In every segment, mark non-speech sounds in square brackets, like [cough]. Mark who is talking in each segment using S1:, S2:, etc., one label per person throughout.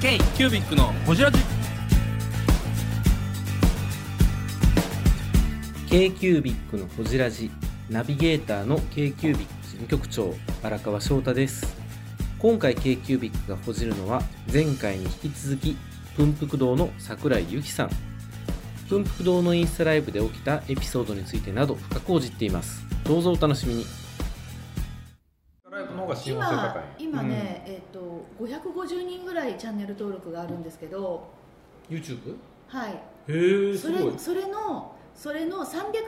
S1: ケイキュービックのホジラジ
S2: k c ュービッのほじラジナビゲーターの k c ュービッ事務局長荒川翔太です今回 k c ュービッがほじるのは前回に引き続き文福堂の桜井由紀さん文福堂のインスタライブで起きたエピソードについてなど深くをじっていますどうぞお楽しみに
S3: ライブの方が幸せ高い
S4: 今今ね、えっ、と550人ぐらいチャンネル登録があるんですけど、
S3: YouTube?
S4: はい。
S3: へえ
S4: それそれのそれの300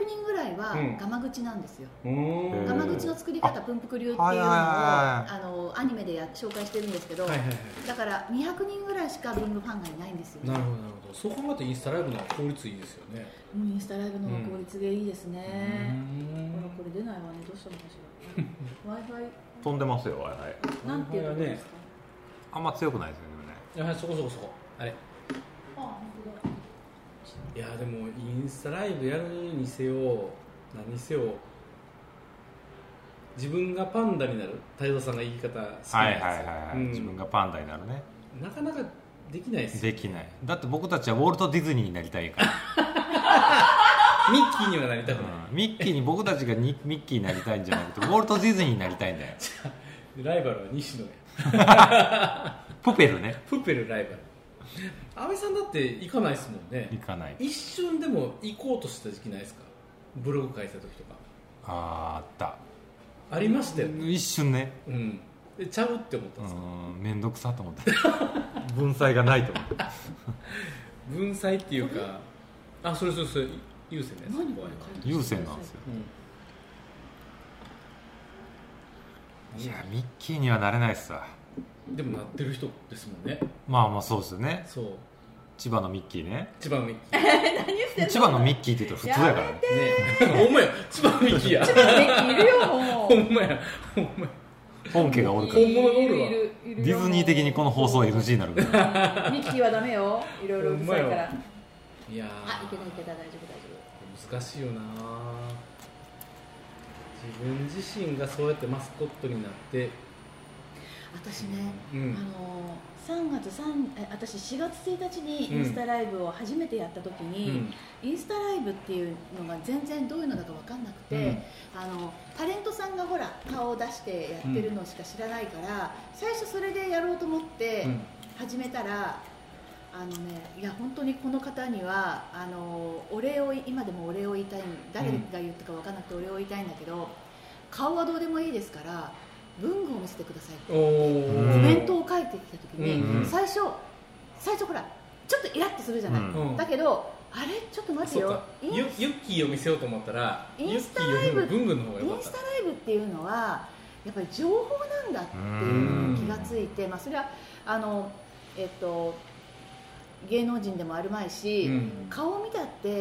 S4: 人ぐらいは
S3: うん
S4: ガマ口なんですよ。
S3: うん
S4: ガマ口の作り方プンプク流っていうのを
S3: はいはいはい
S4: あ
S3: はい
S4: のアニメでや紹介してるんですけど、
S3: はいはいはい
S4: だから200人ぐらいしか文具ファンがいないんですよ。
S3: な
S4: も
S3: るほどなるほどそう考えてインスタライブの方が効率いいですよね
S4: うインスタライブの方が効率でいいですね。ほらこれ出ないわね。どうしたのかしら。Wi-Fi
S5: 飛んでますよ、はい。
S4: なんていうとこですか。
S5: あんま強くないですよね、でもね。
S3: いやそこそこそこあれ
S4: あ本当だ
S1: いやでもインスタライブやるにせよ何にせよ自分がパンダになる太蔵さんが言い方好きなんですよ
S5: はいはいはい、はい
S1: うん
S5: 自分がパンダになるね。
S1: なかなかできないですよ
S5: できない。だって僕たちはウォルト・ディズニーになりたいから。
S1: ミッキーにはなりたくない、
S5: うんミッキーに僕たちがにミッキーになりたいんじゃなくて、ウォルト・ディズニーになりたいんだよ。
S1: ライバルは西野や
S5: プペルね。
S1: プペルライバル安倍さんだって行かないですもんね
S5: 行かない。
S1: 一瞬でも行こうとした時期ないですかブログ書いた時とか
S5: あーあっ
S1: ありました
S5: た
S1: よね。
S5: 一瞬ね。
S1: うんでちゃうって思った
S5: うん
S1: ですよ
S5: ん、めんどくさと思って。文才がないと思って。
S1: 文才っていうかあそれそれそれ優先です
S4: 何これ書いてる
S5: 優先なんですよ。
S1: うん
S5: いや、ミッキーにはなれないっすわ。
S1: でもなってる人ですもんね
S5: まあまあそうですよね。
S1: そう
S5: 千葉のミッキーね。
S1: 千葉のミッ
S4: [laughs]
S1: キ
S5: 千葉のミッキーって言うと普通やからね。
S1: ーねえほんまや千葉のミッキーや
S4: [laughs] いるよも
S1: ほ
S4: うん
S1: まやほんまや
S5: 本家がおるから
S1: 本物がおるわ
S5: ディズニー的にこの放送 NG になるから
S4: らミッキーはダメよいろいろうるさいか
S1: い
S4: ら
S1: やー
S4: あいけたいけた大丈夫
S1: 難しいよな自分自身がそうやってマスコットになって
S4: 大丈夫私ね、
S1: うん
S4: あのー3月3え私4月1日にインスタライブを初めてやった時
S1: う
S4: に
S1: ん、
S4: インスタライブっていうのが全然どういうのだか分かんなくて、あのタレントさんがほら顔を出してやってるのしか知らないから、最初それでやろうと思って、
S1: うん
S4: 始めたらあのねいや本当にこの方にはあのお礼を今でもお礼を言いたい誰が言ったか分からなくてお礼を言いたいんだけど、顔はどうでもいいですから文具を見せてくださいって
S1: おお
S5: うん
S4: コメントを書いてきた時に、
S1: うん
S4: 最初最初ほらちょっとイラッとするじゃない、
S5: うん
S4: だけどあれちょっと待て
S1: そう
S4: よ
S1: か
S4: イン
S1: ユユッキーを見せようと思ったら
S4: インスタ
S1: ユッキーよりも文具の方が
S4: イ
S1: 良かっ
S4: ンスタライブっていうのはやっぱり情報なんだっていうのに気がついて、まあ、それはあの、えっと、芸能人でもあるまい
S1: た、
S4: し、
S1: うん
S4: 顔を見たって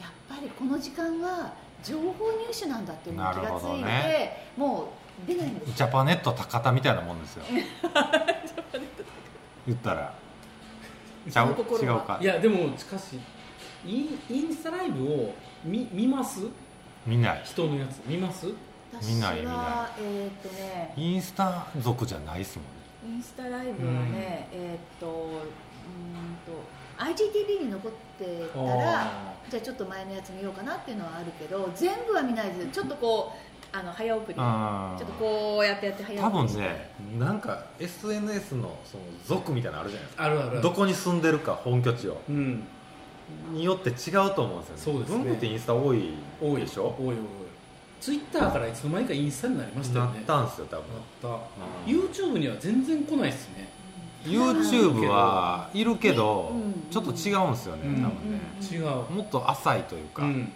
S4: やっぱりこの時間は情報入手なんだっていうのに気
S5: なる
S4: がつ
S5: ほど
S4: いて、
S5: ね
S4: もう出ないんです
S5: [laughs] ジャパネット高田みたいなもん [laughs] ですよ言ったらちゃう
S4: その心
S5: 違う
S4: は
S5: か
S1: いやでもしかしインインスタライブを見見ます
S5: 見ない
S1: 人のやつ見ます
S4: 私
S5: 見ない見な
S4: はえっとね
S5: インスタ族じゃないっすもんね
S4: インスタライブはね、えっとうーんと IGTV に残ってたら
S1: あ
S4: じゃあちょっと前のやつ見ようかなっていうのはあるけど全部は見ないですちょっとこうあの早送りちょ
S5: あ
S4: っ
S5: ー
S4: とこうやってやって早
S5: 多
S4: 送り
S5: 分ねなんか SNS のその族みたいなのあるじゃないです
S1: ーあるあるあ
S5: か
S1: る
S5: どこに住んでるか本拠地を
S1: うん
S5: によって違うと思うんですよ
S1: そう
S5: ね
S1: ですね
S5: 文具ってインスタ多い
S1: 多い
S5: でしょ
S1: 多い多いツイッターからいつの間にかインスタになりましたよ
S5: なっ
S1: ね
S5: たんですよ多分
S1: なった
S5: うん
S1: YouTube には全然来ないっすね
S5: YouTube はいるけど
S4: うん
S5: ちょっと違うんですよね
S1: うん
S5: 多分ね
S4: うん
S1: 違う、
S5: もっと浅いというか、
S1: うん、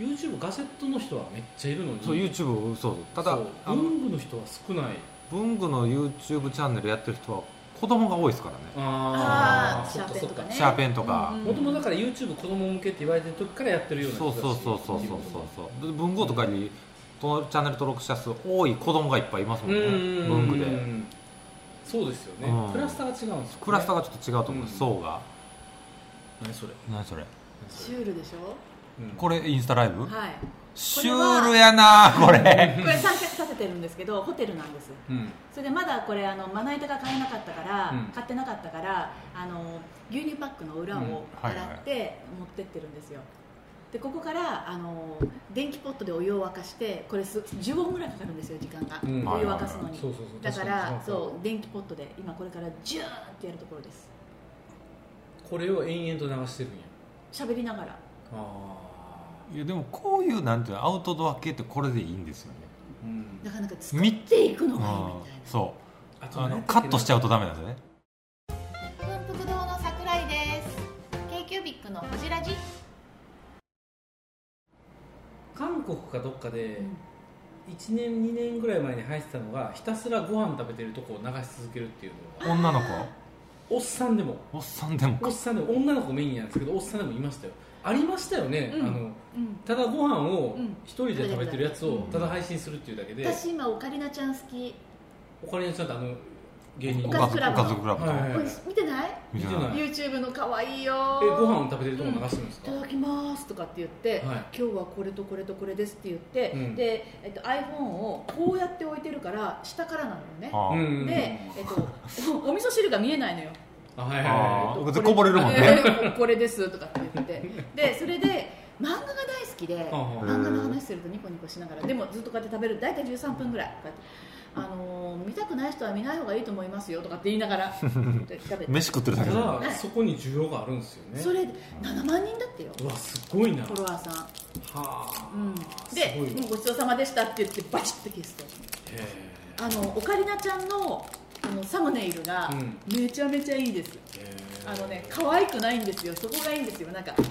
S1: YouTube ガセットの人はめっちゃいるのに
S5: そう YouTube そうただ
S1: そう
S5: あの
S1: 文具の人は少ない
S5: 文具の YouTube チャンネルやってる人は子供が多いですからね、
S1: あ
S4: あー
S1: そっか
S4: シャーペ
S1: そっ
S4: ンとか
S1: か
S4: ね
S5: シャーペンとか、
S4: うん
S1: もともとだから YouTube 子供向けって言われてる時からやってるような
S5: そうそうそうそうそうそうそうで文豪とかにとチャンネル登録者数多い子供がいっぱいいますもんね文
S1: 文
S5: 具
S1: 具
S5: で
S1: でそうですよ
S5: う
S1: ね
S5: ん
S1: クラスターが違うんですよね
S5: クラスターがちょっと違うと思う、
S1: うん
S5: 層が
S1: 何それ
S5: 何それ
S4: シュールでしょ
S1: うん
S5: これインスタライブ、
S4: はい
S5: シュールやなこれ
S4: これ参加させてってるんですけどホテルなんです
S3: うん
S4: それでまだこれあのまな板が買えなかったから、
S3: うん
S4: 買ってなかったからあの牛乳パックの裏
S3: うん
S4: を
S5: はい
S4: 洗って持ってってるんですよ、でここからあの電気ポットでお湯を沸かしてこれす15分ぐらいかかるんですよ時間が、
S3: うん
S4: お湯沸かすのに、
S3: そうそうそう
S4: だから
S3: 確に
S4: そう電気ポットで今これからジューってやるところです
S3: これを延々と流してるんや
S4: 喋りながら
S3: あ
S5: いやでもこういうなんていうのアウトドア系ってこれでいいんですよね
S3: あうん
S4: なかなか作
S5: み
S4: っていくのがいいみ
S5: あ
S4: たいな
S5: そ
S3: あ
S5: うあのカットしち
S3: ゃ
S5: ゃうとダメなんですよね
S6: 文福堂の桜井です。k イ b i c のほじらじ。
S1: 韓国かどっかで
S4: うん
S1: 1年2年ぐらい前に入ってたのがひたすらご飯食べてるとこを流し続けるっていうのが
S5: 女の子
S1: おっさんでも
S5: おっさんでも
S1: おっさんでも女の子メインなんですけどおっさんでもいましたよありましたよね、
S4: うん
S1: あの
S4: うん
S1: ただご飯を
S4: うん
S1: 一人で食べてるやつをただ配信するっていうだけで、
S4: 私今オカリナちゃん好き、
S1: お金のちゃんとあの芸人
S5: お
S4: お
S5: か
S4: かず
S5: ずク
S4: ク
S5: ラ
S4: ラブ
S5: ブおかずクラブ
S1: はいはい
S4: これ見てない
S5: みたい
S1: 見て
S5: な
S1: ない
S4: YouTube の可愛いよ
S1: えご飯を食べてるとこ流してるんです
S4: いた
S1: か、
S4: だきますとかって言って、
S1: はい
S4: 今日はこれとこれとこれですって言って、
S1: うん
S4: で、えっと、iPhone をこうやって置いてるから下からなのよね
S5: あー
S1: うん
S4: で、えっと、お味噌汁が見えないのよ
S1: あはいはい
S5: あ
S1: は
S5: ーこぼれるもんね
S4: えーこれですとかって言ってでそれで漫画が大好きで
S1: いは
S4: 漫画の話するとニコニコしながらでもずっとこうやって食べる大体13分ぐらいこうやってあのー見たくない人は見ない方がいいと思いますよとかって言いながらこうやって食べて
S5: 飯食ってるだ
S1: い
S5: け
S1: た
S5: だ
S1: だそこに需要があるんですよね
S4: それ7万人だってよ
S1: うわすごいな
S4: フォロワーさん
S1: はあ、
S4: うん、
S1: すごい
S4: で
S1: わ
S4: もうごちそうさまでしたって言ってバチッと消すと
S1: へ
S4: あのオカリナちゃんのあのサムネイルが
S1: うん
S4: めちゃめちゃいいです、
S1: えへえ
S4: あのね可愛くないんですよそこがいいんですよなんかガーっ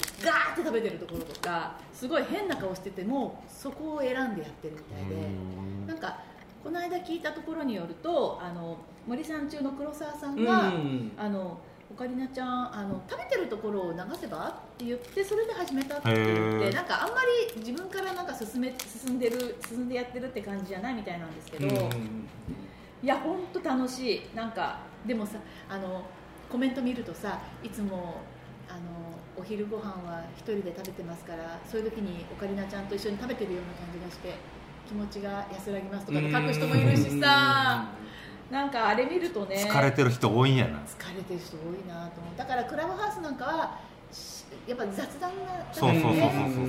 S4: て食べてるところとかすごい変な顔しててもそこを選んでやってるみたいで、なんかこの間聞いたところによるとあの森さん中の黒沢さんが、
S1: うん
S4: あのオカリナちゃんあの食べてるところを流せばって言ってそれで始めたって言っ
S5: へ
S4: て
S5: ー
S4: なんかあんまり自分からなんか進め進んでる進んでやってるって感じじゃないみたいなんですけ
S1: う
S4: ど、
S1: んうん
S4: いや本当楽しいなんかでもさあのコメント見るとさいつもあのお昼ご飯は一人で食べてますからそういう時にオカリナちゃんと一緒に食べてるような感じがして気持ちが安らぎますとかって書く人もいるしさなんかあれ見るとね
S5: 疲れてる人多いんやな
S4: 疲れてる人多いなと思うだからクラブハウスなんかはしやっぱ雑談が
S5: そうそうそうそうそうそううん
S1: そっ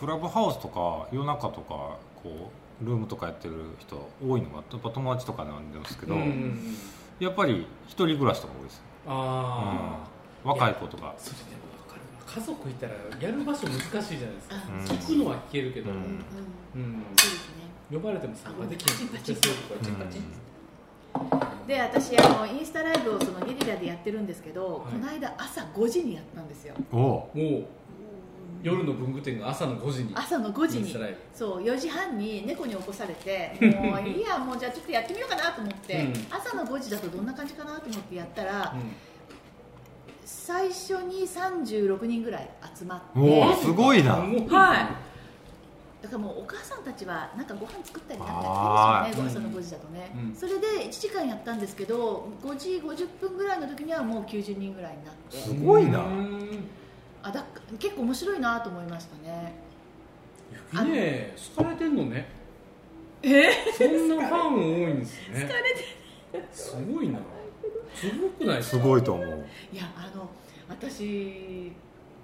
S5: ク
S1: か
S5: ラブハウスとか夜中とかこうルームとかやってる人多いのがやっぱ友達とかなんですけど、
S1: うんうんうん
S5: やっぱり一人暮らしとか多いです、
S1: ああ、
S5: うん若い子とか
S1: それでも分かるわ家族いたらやる場所難しいじゃないですか
S4: あ
S5: うん
S1: 聞くのは聞けるけど、
S5: う
S1: うんん
S4: うんそうですね
S1: 呼ばれても参加できないめっちゃ強いとか言っちゃう
S4: で私あのインスタライブをそのゲリラでやってるんですけど、
S1: はい
S4: この間朝5時にやったんですよ
S5: うん、お
S1: もう夜の文具店が朝の5時に
S4: 朝の5時
S1: インス
S4: に
S1: タライ
S4: そう4時半に猫に起こされてもういいやもうじゃあちょっとやってみようかなと思って、
S1: うん
S4: 朝の5時だとどんな感じかなと思ってやったら、
S1: ブ、うん
S4: 最初に36人ぐらい集まって
S5: おすごいな
S4: はいだからもうお母さんたちはなんかご飯作ったりなんかやってるんですよね、
S1: はい
S4: 朝の5時だとね、
S1: うん
S4: それで1時間やったんですけど5時50分ぐらいの時にはもう90人ぐらいになって
S5: すごいな
S1: うん
S4: あだ結構面白いなと思いましたね
S1: ゆきね好かれてんのね
S4: え
S1: そんなファン多いんですねすごいなすごくないです
S5: す
S1: か
S5: ごいと思う
S4: いやあの私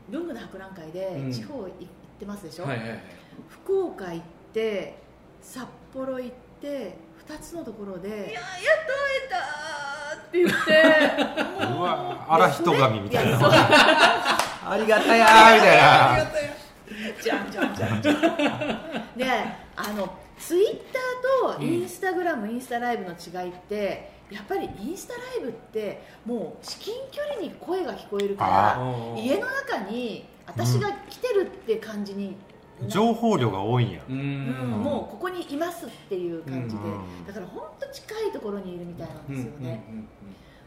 S4: 文具の博覧会で
S1: うん
S4: 地方行ってますでしょ、
S1: はいはいはい
S4: 福岡行って札幌行って2つのところで「いややっと会えた!」って言って
S5: うわ
S1: [laughs]
S5: あら人神みたいな
S4: そう
S5: [laughs] ありがたやーみたいな
S4: [laughs] じゃんじゃんじゃんじゃんであのツイッターとインスタグラム、インスタライブの違いってやっぱりインスタライブってもう至近距離に声が聞こえるか
S1: あ
S4: ら
S1: ー
S4: 家の中に私が来てるって感じに、
S5: 情報量が多いんや
S1: うー
S4: うん
S1: ん
S4: もうここにいますっていう感じで、
S5: うん
S4: だから本当近いところにいるみたいなん
S1: う
S4: で
S1: ん
S4: す
S1: うん
S4: よね、
S1: うん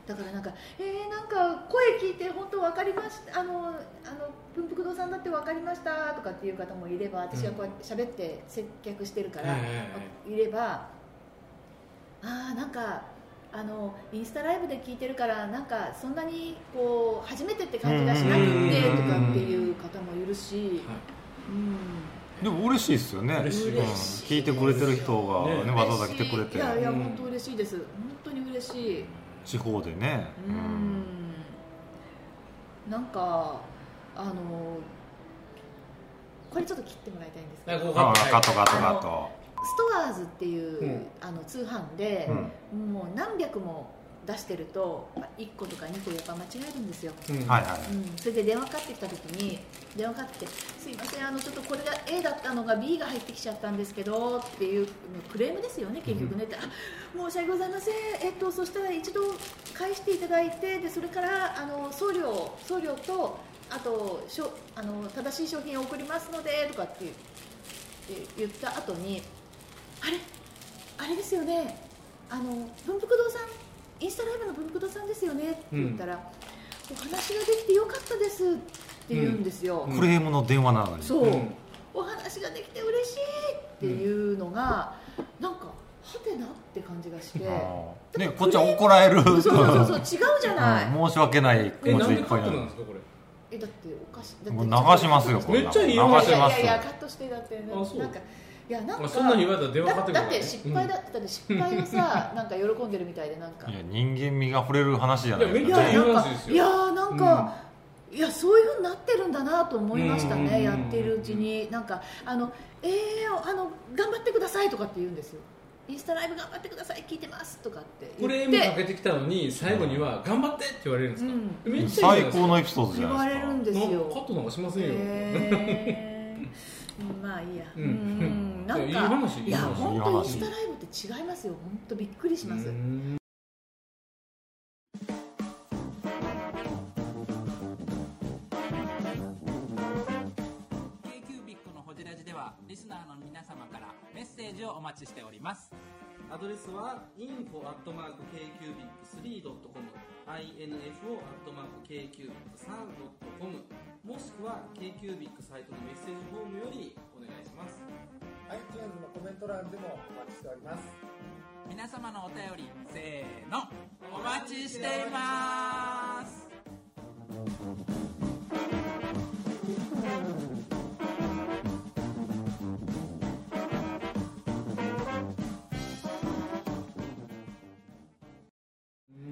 S4: だからなんか、えー、なんか声聞いて本当わかりましたあのあの文福堂さんだってわかりましたとかっていう方もいれば私がこうやって喋って接客してるから、
S1: はいはいはい
S4: ればあーなんかあのインスタライブで聞いてるからなんかそんなにこう初めてって感じがしなく
S1: うんうん
S4: て
S1: うんうん
S4: とかっていう方もいるし、
S1: は
S4: うん
S5: でも嬉しいですよね
S1: 嬉しい
S5: うん聞いてくれてる人が、ね
S1: ね
S5: わざわざ来てくれ
S4: い
S5: て
S4: やいや
S1: うん
S4: 本当嬉しいです、本当に嬉しい
S5: 地方でね
S4: うん、なんかあのこれちょっと切ってもらいたいんですけ
S1: なんか
S4: ど
S1: こう
S5: あカットカット
S4: あの
S5: カ
S4: ストアーズっていう、
S1: うん
S4: あの通販
S5: ッ
S4: で
S5: ト、う、ん
S4: もう何百も出してると1個とか2個やっぱ間違えるんですよ、
S1: うん
S5: はいはい
S4: うん、それで電話かかってきた時に電話かかってきて「すいませんあのちょっとこれが A だったのが B が入ってきちゃったんですけど」っていうクレームですよね結局ねって「あ申し訳ございませんえっとそしたら一度返していただいてでそれからあの送料送料とあとしょあの正しい商品を送りますので」とかって言って言った後に「あれあれですよねあの文福堂さんインスタライブの文福堂さんですよね」って言ったら「お話ができてよかったです」って言うんですよ。
S1: うん
S5: クレームの電話なのに
S4: そう、
S1: うん
S4: お話ができて嬉しいっていうのが、なんかはてなって感じがして
S5: あーねこっちは怒られる
S4: そうそうそう違うじゃない、
S5: うん申し訳ない気
S1: え
S5: 持
S1: な
S5: ち
S1: ん
S5: で
S1: で
S5: いっ
S1: カ
S5: ぱい
S1: ッ
S5: な
S1: ト
S5: の
S1: なんですかこれ
S4: えだっておかしだ
S5: もう流しますよこ
S4: こ
S5: れ
S1: れめっちゃいい
S5: 流
S1: 話
S5: しま
S4: いや
S5: す
S4: いやいや
S5: よ
S4: カットしてだってね
S1: あそう
S4: なんかいやなん
S1: あ
S4: か
S1: そんなに言われたら電話かか
S4: だ
S1: ってくるわ
S4: だって
S1: ね
S4: 失敗だだって失敗をさなんか喜んでるみたいでなんか
S5: いや人間味が溢れる話じゃない
S1: いやめっ
S4: い
S1: ちゃ
S4: や
S1: いい
S4: なん
S1: 話です
S4: か
S1: よ
S4: いやーなんか、いやそういうふうになってるんだなと思いました
S1: うんうんうんう
S4: ね
S1: ん
S4: やってるうちになんかあのえー、あの頑張ってくださいとかって言うんですよインスタライブ頑張ってください聞いてますとかって
S1: クレ
S4: 言
S1: ームか
S4: って
S1: けてきたのに最後には「頑張って!」って言われるんですか、
S4: う
S1: めっちゃいい
S5: 最
S1: 話
S5: 高のエピソードじゃ
S4: 言
S5: な
S4: わ
S5: いで
S4: れ
S5: す
S4: る
S5: か
S4: んです
S1: なんかカ
S4: よ
S1: ットなんかしませんよ、
S4: へーうんまあいいや
S1: うん
S4: うんなんか
S1: いやいい話いい
S4: いや
S1: 話
S4: 本当イン
S5: いい話
S4: スタライブって違いますよ本当びっくりします
S1: うん
S7: ケイキュービックのホジラジでは、リスナーの皆様からメッセージをお待ちしております。
S8: アドレスは info.kcubic3.com info.kcubic3.com もしくは KQBIC サイトのメッセージフォームよりお願いします
S9: iTunes のコメント欄でもお待ちしております
S7: 皆様のお便り、せーの、お待ちしています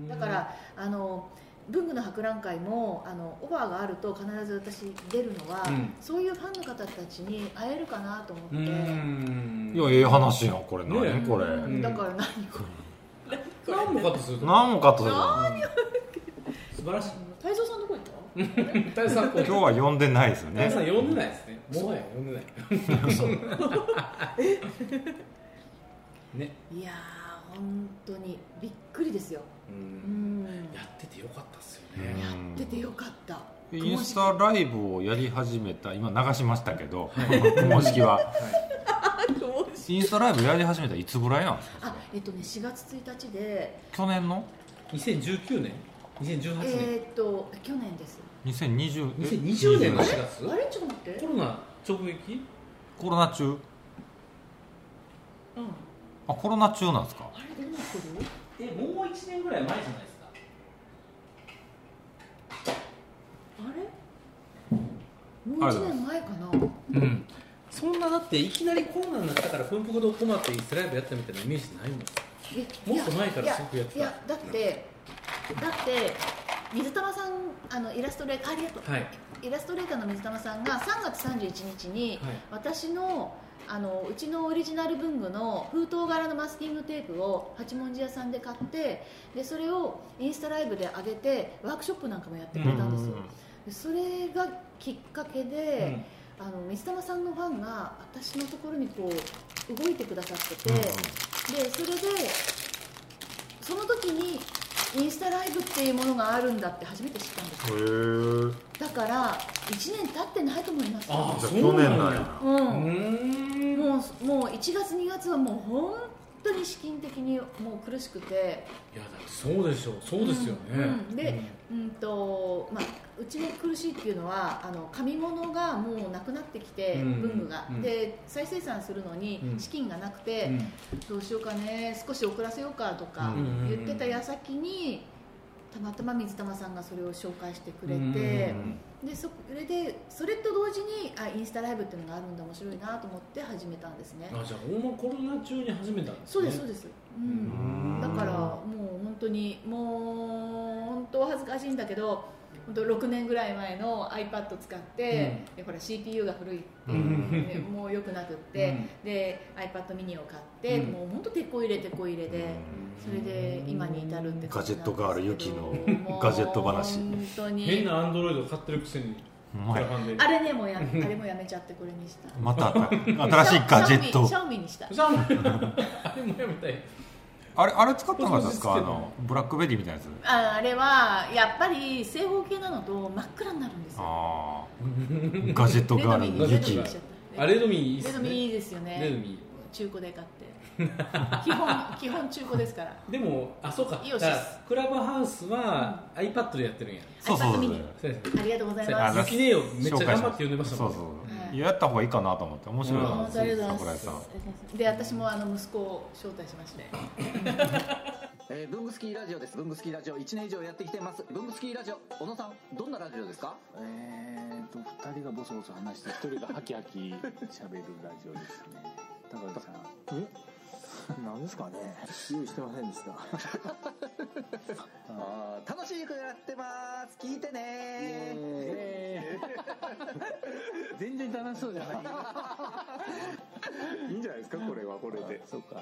S4: だからあの文具の博覧会もあのオファーがあると必ず私出るのは、
S1: うん
S4: そういうファンの方たちに会えるかなと思って、
S1: うーん
S5: いやええ話やんこれ
S1: ね
S5: 何これ
S4: うんだから何こ
S1: 何もカットすると
S5: 何もカットする
S1: 素晴らしい
S4: れ太蔵さんどこ行った
S1: 大佐こう
S5: 今日は呼んでないですよ
S1: 大
S5: ね
S1: 佐呼んでないですねもはや呼んでないね
S4: のいやー本当にびっくりですよ、
S1: う
S4: うんん、
S1: やっててよかったっすよ
S5: う
S1: ね
S5: ん
S4: 出てよかった
S5: インスタライブをやり始めた今流しましたけど公式 [laughs] はインスタライブやり始めたいつぐらいなんですか
S4: あえっとね4月1日で
S5: 去年の
S1: 2019年2018
S4: え
S1: 年
S4: ーっと去年です
S5: 2020え
S1: 2020年の4
S4: あ
S1: 月
S4: れちょっと待って
S1: コロナ直撃
S5: コロナ中
S4: うん
S5: あコロナ中なんですか
S4: あれどんなこと
S1: えもう1年ぐらい前じゃないですか
S4: あれもう1年前かな
S1: うんそんなだっていきなりコロナになったから文福堂困ってインスタライブやったみたいなイメージないもん
S4: え
S1: もっと前からすごくやってた
S4: いやだってだって水玉さんあのイラストレーターありがとう、
S1: はいは
S4: イラストレーターの水玉さんが3月31日に
S1: い
S4: 私のあのうちのオリジナル文具の封筒柄のマスキングテープを八文字屋さんで買ってでそれをインスタライブで上げてワークショップなんかもやってくれたんですよ、でそれがきっかけで、あの水玉さんのファンが私のところにこう動いてくださってて、でそれでその時にインスタライブっていうものがあるんだって初めて知ったんですよ
S5: うんへえ
S4: だから1年経ってないと思います
S1: あ
S5: じゃあ
S1: そう
S5: 去
S1: な
S5: 年なん
S1: や
S5: んや
S4: う、
S1: うんん
S4: もうもう1月2月はもう本当に資金的にもう苦しくて
S1: いやだってそうでしょうそうですよね、
S4: うんうんでうんとまあ、うちの苦しいっていうのはあの紙物がもうなくなってきて、
S1: うん
S4: 文具が、
S1: うん
S4: で再生産するのに
S1: うん
S4: 資金がなくて、
S1: うん
S4: どうしようかね少し遅らせようかとか
S5: うん
S4: 言ってた矢先にたまたま水玉さんがそれを紹介してくれ
S5: うん
S4: てでそれでそれと同時にあインスタライブっていうのがあるんだ面白いなと思って始めたんですね
S1: あじゃあほんまコロナ中に始めたんですね
S4: そうですそうです、うん、
S5: うん
S4: だからもう本当にもう本当恥ずかしいんだけど本当6年ぐらい前の iPad 使って、でほら CPU が古いっていう、ねもう良くなくって、で iPad ミニを買って、
S1: うん
S4: もう本当手こ入れ手こ入れで、それで今に至るって感じなんですけど
S5: ガジェットガールユキのガジェット話
S4: もう本当に
S1: 変なアンドロイド買ってるくせに
S5: う
S1: ク
S5: ま
S1: ラ
S5: い
S1: ファンで
S4: あれねも
S1: [laughs]
S4: うやあれもやめちゃってこれにした
S5: また新しいガジェット
S4: シャオミシャオミにした
S1: じゃあ [laughs] あれもやめたい
S5: あれあれ使ってなかったですかあのブラックベリーみたいなやつ
S4: ああれはやっぱり正方形なのと真っ暗になるんですよ
S5: ああガジェット
S4: レド
S5: ガ
S4: ミ
S5: ー
S4: ー
S5: ル
S4: レド
S5: ユ
S4: ミー
S5: キ
S4: にしちゃった
S1: あレドミーいいっ
S4: レ
S1: す
S4: ドミー
S1: ね
S4: いいですよね
S1: レドミ
S4: 中古で買って
S1: [laughs]
S4: 基本基本中古ですから
S1: ーでもあそうか
S4: イオシス
S1: だからクラブハウスは iPad でやってるんや
S5: そうそうそ
S4: iPad
S5: う
S4: mini
S1: そうです
S4: ありがとうござい
S1: あ
S4: ます
S1: 好きねえよめっちゃ頑張って読んでました
S5: そ
S1: も
S5: うんそう
S1: ね
S4: はい
S5: やった方がいいかなと思って面白い
S1: うん
S5: な
S4: 本当ありがとうございま
S5: 桜井
S4: す
S5: さん
S4: で私もあの息子を招待しまして
S10: えー、ブングスキーラジオです。ブングスキーラジオ1年以上やってきてます。ブングスキーラジオ。小野さん、どんなラジオですかえーと、2人がボソボソ話して、1人がハキハキ喋るラジオですね。高橋さん。え何ですかね用意してませんで [laughs] した。あー楽しくやってます。聞いてね全然楽しそうじゃ [laughs] ない。いいんじゃないですか、これはこれで。そうか。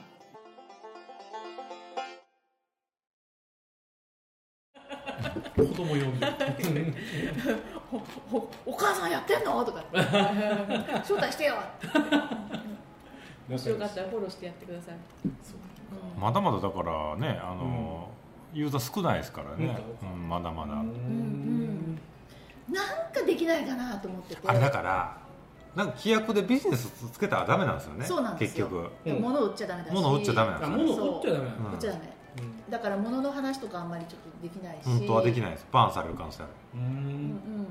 S1: 子供
S5: [laughs]
S1: 読んで
S4: おおお母さんやってんの?」とか招待 [laughs] してよ」面白かったらフォローしてやってください
S5: まだまだだからねあの、ユーザー少ないですからね、うんまだまだ、
S4: うんうんなんかできないかなと思ってて
S5: あれだからなんか規約でビジネスつけたらダメなんですよね
S4: そうなんですよ
S5: 結局
S4: でも物を売っちゃダメだし
S5: 物を売っちゃダメなんで
S1: あ
S5: すよ
S1: 物を売っちゃダメな
S5: う
S1: の
S5: ん
S4: 売っちゃダメだから物の話とかあんまりちょっとできないし
S5: 本当はでき
S4: い
S5: ないですバンされる可能性あ
S1: う
S4: うん
S1: ん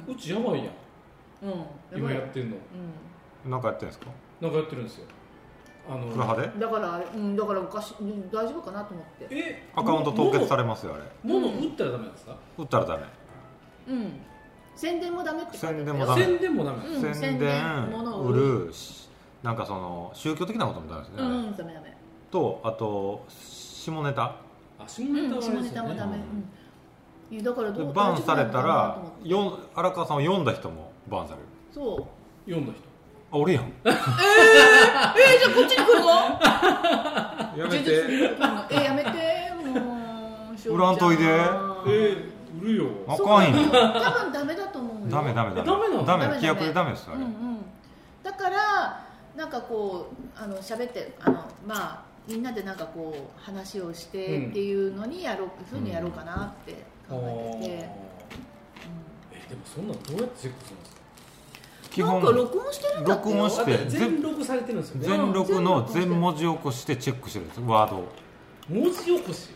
S4: う
S1: う
S4: ん
S1: ちやばいやん
S4: うん
S1: 今
S4: や
S1: や
S4: ばい
S1: ってるの
S4: う
S5: るなんかやってるんですか
S1: なんかやってるんですよあの
S5: プラハで
S4: んだからあれうんだからおかしいうん大丈夫かなと思って
S1: え
S5: アカウント凍結されますよあれ
S1: 物物売ったらダメなんですか
S5: 売ったらダメ
S4: うん宣伝もダメって書いてあったよ
S5: 宣伝も
S1: 宣伝もダ
S5: ダメ
S1: メなんです
S4: うん
S5: 宣伝
S4: 物を
S5: 売るしなんかその宗教的なことみたいなんです
S4: う
S5: ね、
S4: んダメダメ
S5: とあと下ネタ
S1: あ下ネタはあ
S4: 下
S1: れで
S4: ネ
S1: す
S4: タ
S1: よ
S4: も
S1: ね
S4: ダメ、うんいやだから
S5: で
S4: どう
S5: バンされた
S4: 大
S5: ら
S4: 丈夫なのかなと思って
S5: よん荒川さんを読んだ人もバンされる
S4: そう
S1: 読んだ人
S5: あ俺やん
S4: えー、じゃあこっちに来るの
S5: やめて
S4: えー、やめてもうしょうちゃ
S5: 売らんといで
S1: えー売るよ
S5: あかんよ
S4: 多分ダメだと思うよ
S5: ダメダメダメ
S1: えダメなの
S4: ダ
S5: ダ
S4: メ
S5: メ
S4: ダメ
S5: 規約でダメですよ
S4: う
S5: あ
S4: ん
S5: れ、
S4: うんだからなんかこうあの喋ってあのまあみんなでなんかこう話をしてっていうのにやろう、ふうにやろうかなって
S1: あー
S4: 考えてて、うん
S1: えでもそんなんどうやってチェックするんですか
S5: 基
S4: なん
S5: 本
S4: か録音してるんだってよ
S5: 録音し
S1: だ
S5: て
S1: って全録されてるんですよね
S5: 全録の全文字起こしでチェックしてるんですよワードを
S1: 文字起こし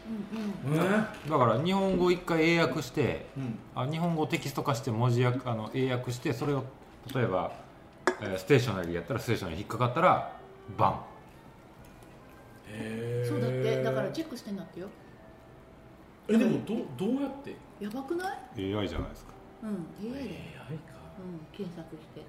S4: うんうん
S1: えー
S5: だから日本語を一回英訳して
S1: うん
S5: あ日本語をテキスト化して文字訳あの英訳してそれを例えば、えーステーショナリーやったらステーショナリー引っかかったらバン
S1: へー
S4: そうだってだからチェックしてんだってよ
S1: えでもどうどうやって
S4: やばくない
S5: AI じゃないですか
S4: うん AI で、
S1: AI か
S4: うん、検索して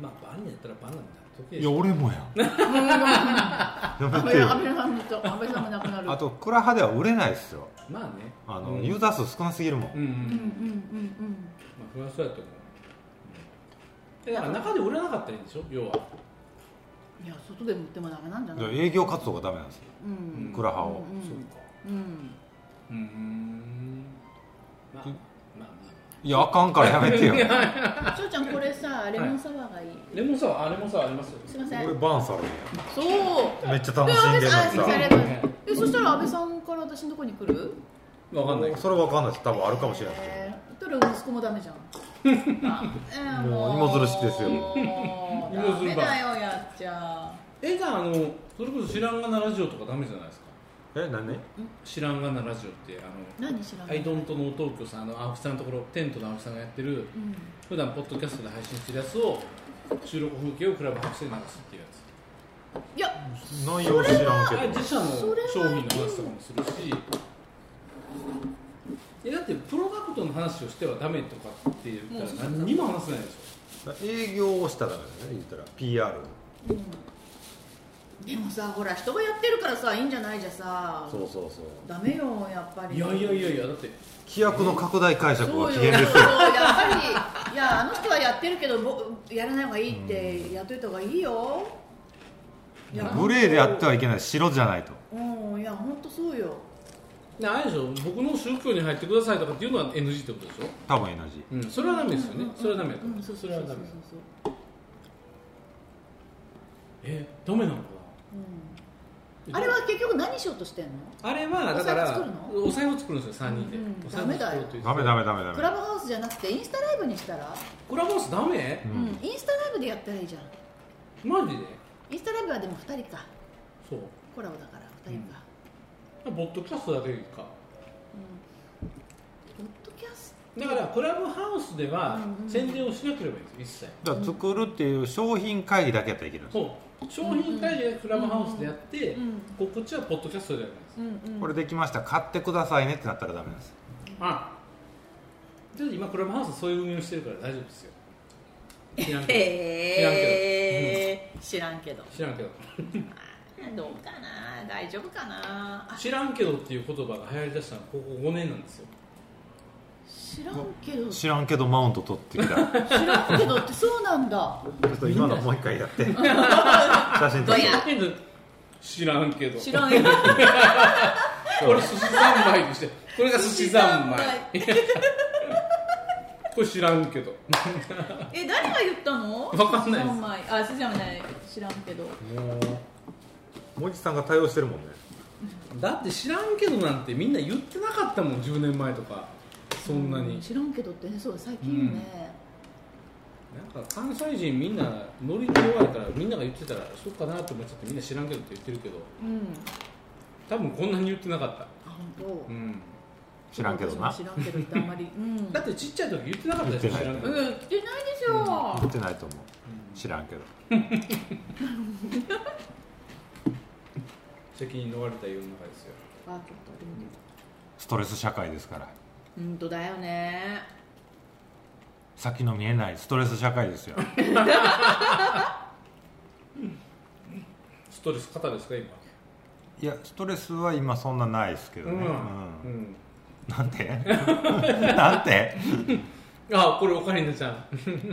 S1: まあバンやったらバンなんだ時
S5: いや俺もや
S4: [laughs]
S5: んや
S4: 安
S5: め
S4: 倍
S5: て
S4: 安倍
S5: よ
S4: さんと安倍さんもなくなる
S5: あとクラハでは売れないですよ
S1: まあね
S5: あの、
S1: うん
S5: ユーザー数少なすぎるもん、
S1: うんう
S4: うんうん
S1: ん
S4: うんうん
S1: まあ不安そうやと思ううんえだから中で売らなかったらいいんでしょ要はい
S4: や外でも売ってもダメなんじゃ
S5: だ
S4: な
S5: から
S4: い
S5: 営業活動がダメなんですよ
S4: うん
S5: クラハを、
S4: うん
S1: そうか
S4: うん
S1: うーんまあまあま
S5: いやあかんからやめ
S4: [laughs]
S5: てよ
S4: しょうちゃんこれさレモンサワーがいい、
S1: あレモンサワーあレモンサワーありますよ
S4: すいません
S5: 俺バンされる
S4: そう
S5: やんめっちゃ
S4: で
S5: 楽しん
S4: 安
S5: で
S4: 倍
S5: る
S4: さんあすいませんありが
S5: の
S4: とうございますえそしたら安倍さんから私のとこに来る
S1: わかんない
S5: に
S1: け
S5: さ
S1: ど
S5: それわかんないです多分あるかもしれないですけど
S4: えー、たら息子もダメじゃんあえー
S5: [laughs] もう芋づる式ですよ
S4: もう
S1: 芋
S4: ダ
S1: づ
S4: メ
S1: るば
S4: だよやっちゃ
S1: えじゃああのそれこそ知らんがなラジオとかダメじゃないですか
S5: え何
S1: 知らんがなラジオってあの
S4: 何知らな
S1: アイ
S4: い
S1: ドントノー東京さんあの青木さんのところテントの青木さんがやってる
S4: うん
S1: 普段ポッドキャストで配信してるやつを収録風景をクラブハウスで流すっていうやつ
S4: いや
S5: 内容知らんけ
S1: あ
S5: ど
S1: 自社の
S4: それは
S1: 商品の話とかもするしえだってプロダクトの話をしてはダメとかって言ったら何にも話せないでし
S3: 営業をしたらダメだね言ったら PR
S4: でもさほら人がやってるからさいいんじゃないじゃさ
S3: そうそうそう
S4: ダメよやっぱり
S1: ょいやいやいやいやだって
S5: 規約の拡大解釈
S4: そ
S5: は
S4: う
S5: 危
S4: よや
S5: 険で
S4: っ
S5: すよ
S4: ぱりいやあの人はやってるけどぼやらない方がいいってやっといた方がいいよいや
S5: グレーであってはいけない白じゃないと
S4: うんいや本当そうよ
S1: であれでしょ僕の宗教に入ってくださいとかっていうのは NG ってことでしょ、
S5: 多分 NG
S1: うん、それはダメですよね、
S4: うんうんうん
S1: それはダメだと
S4: う
S1: 思う、
S4: んそう
S1: そ
S4: そう
S1: れ
S4: そ
S1: は
S4: う
S1: ダ
S4: そう
S1: メだ
S4: そう
S1: えダメなのか
S4: うんあれは結局何しようとしてんの
S1: なあれはだから
S4: お財布作
S1: お財布作る
S4: るの
S1: んですよ3人で、
S4: うん
S1: お財布作ろうという
S5: ダメダメダメダメ
S4: クラブハウスじゃなくてインスタライブにしたら、
S1: クラブハウスダメ
S5: う
S4: うんん、インスタライブでやったらいいじゃん
S1: マジで
S4: インスタライブはでも2人か
S1: そう
S4: コラボだから2人か、
S1: ボットキャストだけか
S4: うんポッドキャス
S1: だからクラブハウスでは
S4: うんうん
S1: 宣伝をしなければいいんですよ
S5: だから作るっていう商品会議だけやったらいけるんで
S1: 一切
S5: すよ
S1: そう商品会議でクラブハウスでやって、
S4: トうん
S1: 告知はポッドキャストでやるんです、
S4: うんうん
S5: これできました買ってくださいねってなったらダメなんです
S1: あちょっと今クラブハウスそういう運用してるから大丈夫ですよ知らんけ
S4: へえ知らんけど
S1: ど知らんけど
S4: どうかな大丈夫かなあ
S1: 知らんけどっていう言葉が流行りだしたのはここ5年なんですよ
S4: 知らんけど知
S5: 知らんけどマウント取ってきたちょ
S4: らんけどってそうなんだ
S5: っと今のもう一回やって写真撮
S4: ど
S5: っ
S4: う
S5: て
S4: や
S1: 知らんけど
S4: 知らんよ
S1: これ寿司三昧にしてこれが寿司三昧これ知らんけど
S4: え誰が言ったの
S1: わかんないです
S4: 三昧あじゃない知らんけど
S5: もうもじさんが対応してるもんね
S1: だって知らんけどなんてみんな言ってなかったもん10年前とかそんなに、
S4: う知らんけどってねそう最近よね、
S1: なんか関西人みんなノリに弱いからみんなが言ってたらそうかなと思っちゃってみんな知らんけどって言ってるけど
S4: うん、
S1: 多分こんなに言ってなかった、
S4: あ本当
S1: うん、
S5: 知らんけどな
S4: 知らんけどってあん [laughs] まり、うん、
S1: だってちっちゃい時言ってなかったでしょ知
S5: 言って
S1: ら
S5: なんい
S1: けど、
S4: うん、来てないでしょ
S5: 言ってないと思う知らんけど
S1: 責任逃れた世の中ですよ
S4: パーケットでもね
S5: ストレス社会ですから
S4: 本当だよね
S5: 先の見えないストレス社会ですよ
S1: ストレス肩ですか今
S5: いやストレスは今そんなないですけどね、
S1: うん
S5: うん
S1: うん
S5: なんて [laughs] なんて
S1: あこれオカリナちゃん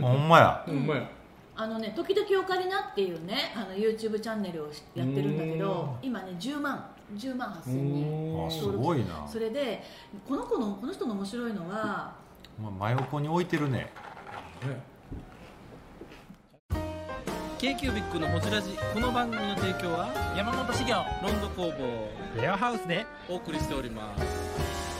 S5: ほんまや
S1: ほんまや
S4: あのね「時々オカリナ」っていうねあの YouTube チャンネルをやってるんだけど今ね10万10万8000人
S5: あすごいな
S4: それでこの子のこの人の面白いのは
S5: ま真横に置いてるね
S7: k q b i c のホジラジこの番組の提供は山本資源ロンド工房
S3: レアハウスで
S7: お送りしております